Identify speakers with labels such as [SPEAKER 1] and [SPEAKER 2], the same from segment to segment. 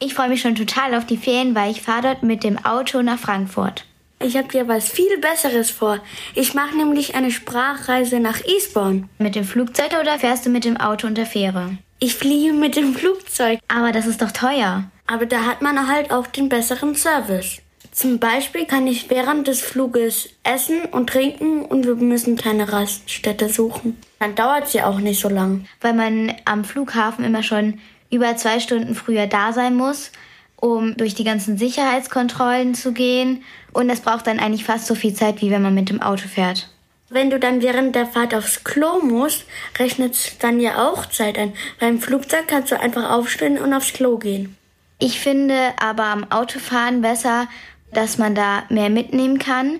[SPEAKER 1] Ich freue mich schon total auf die Ferien, weil ich fahre dort mit dem Auto nach Frankfurt.
[SPEAKER 2] Ich habe dir was viel Besseres vor. Ich mache nämlich eine Sprachreise nach Eastbourne.
[SPEAKER 1] Mit dem Flugzeug oder fährst du mit dem Auto und der Fähre?
[SPEAKER 2] Ich fliege mit dem Flugzeug.
[SPEAKER 1] Aber das ist doch teuer.
[SPEAKER 2] Aber da hat man halt auch den besseren Service. Zum Beispiel kann ich während des Fluges essen und trinken und wir müssen keine Raststätte suchen. Dann dauert sie ja auch nicht so lang.
[SPEAKER 1] Weil man am Flughafen immer schon über zwei Stunden früher da sein muss, um durch die ganzen Sicherheitskontrollen zu gehen. Und das braucht dann eigentlich fast so viel Zeit, wie wenn man mit dem Auto fährt.
[SPEAKER 2] Wenn du dann während der Fahrt aufs Klo musst, rechnet dann ja auch Zeit ein. Beim Flugzeug kannst du einfach aufstehen und aufs Klo gehen.
[SPEAKER 1] Ich finde aber am Autofahren besser, dass man da mehr mitnehmen kann.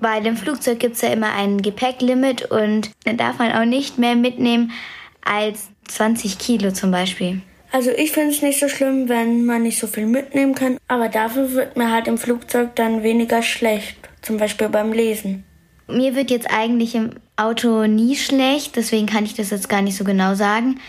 [SPEAKER 1] Bei dem Flugzeug gibt's ja immer ein Gepäcklimit und da darf man auch nicht mehr mitnehmen als 20 Kilo zum Beispiel.
[SPEAKER 2] Also ich finde es nicht so schlimm, wenn man nicht so viel mitnehmen kann, aber dafür wird mir halt im Flugzeug dann weniger schlecht, zum Beispiel beim Lesen.
[SPEAKER 1] Mir wird jetzt eigentlich im Auto nie schlecht, deswegen kann ich das jetzt gar nicht so genau sagen.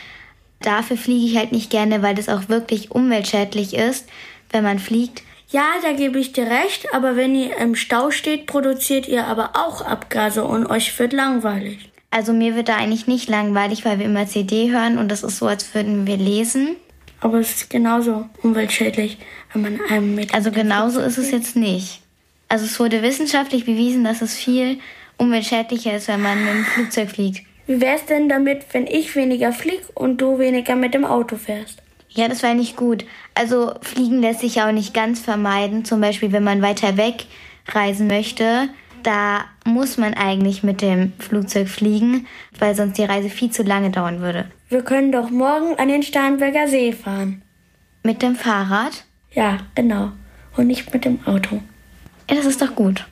[SPEAKER 1] Dafür fliege ich halt nicht gerne, weil das auch wirklich umweltschädlich ist, wenn man fliegt.
[SPEAKER 2] Ja, da gebe ich dir recht, aber wenn ihr im Stau steht, produziert ihr aber auch Abgase und euch wird langweilig.
[SPEAKER 1] Also mir wird da eigentlich nicht langweilig, weil wir immer CD hören und das ist so, als würden wir lesen.
[SPEAKER 2] Aber es ist genauso umweltschädlich, wenn man einen Meter.
[SPEAKER 1] Also genauso ist es jetzt nicht. Also es wurde wissenschaftlich bewiesen, dass es viel umweltschädlicher ist, wenn man mit dem Flugzeug fliegt.
[SPEAKER 2] Wie wär's denn damit, wenn ich weniger flieg und du weniger mit dem Auto fährst?
[SPEAKER 1] Ja, das wäre nicht gut. Also fliegen lässt sich ja auch nicht ganz vermeiden. Zum Beispiel, wenn man weiter weg reisen möchte, da muss man eigentlich mit dem Flugzeug fliegen, weil sonst die Reise viel zu lange dauern würde.
[SPEAKER 2] Wir können doch morgen an den Starnberger See fahren.
[SPEAKER 1] Mit dem Fahrrad?
[SPEAKER 2] Ja, genau. Und nicht mit dem Auto.
[SPEAKER 1] Ja, das ist doch gut.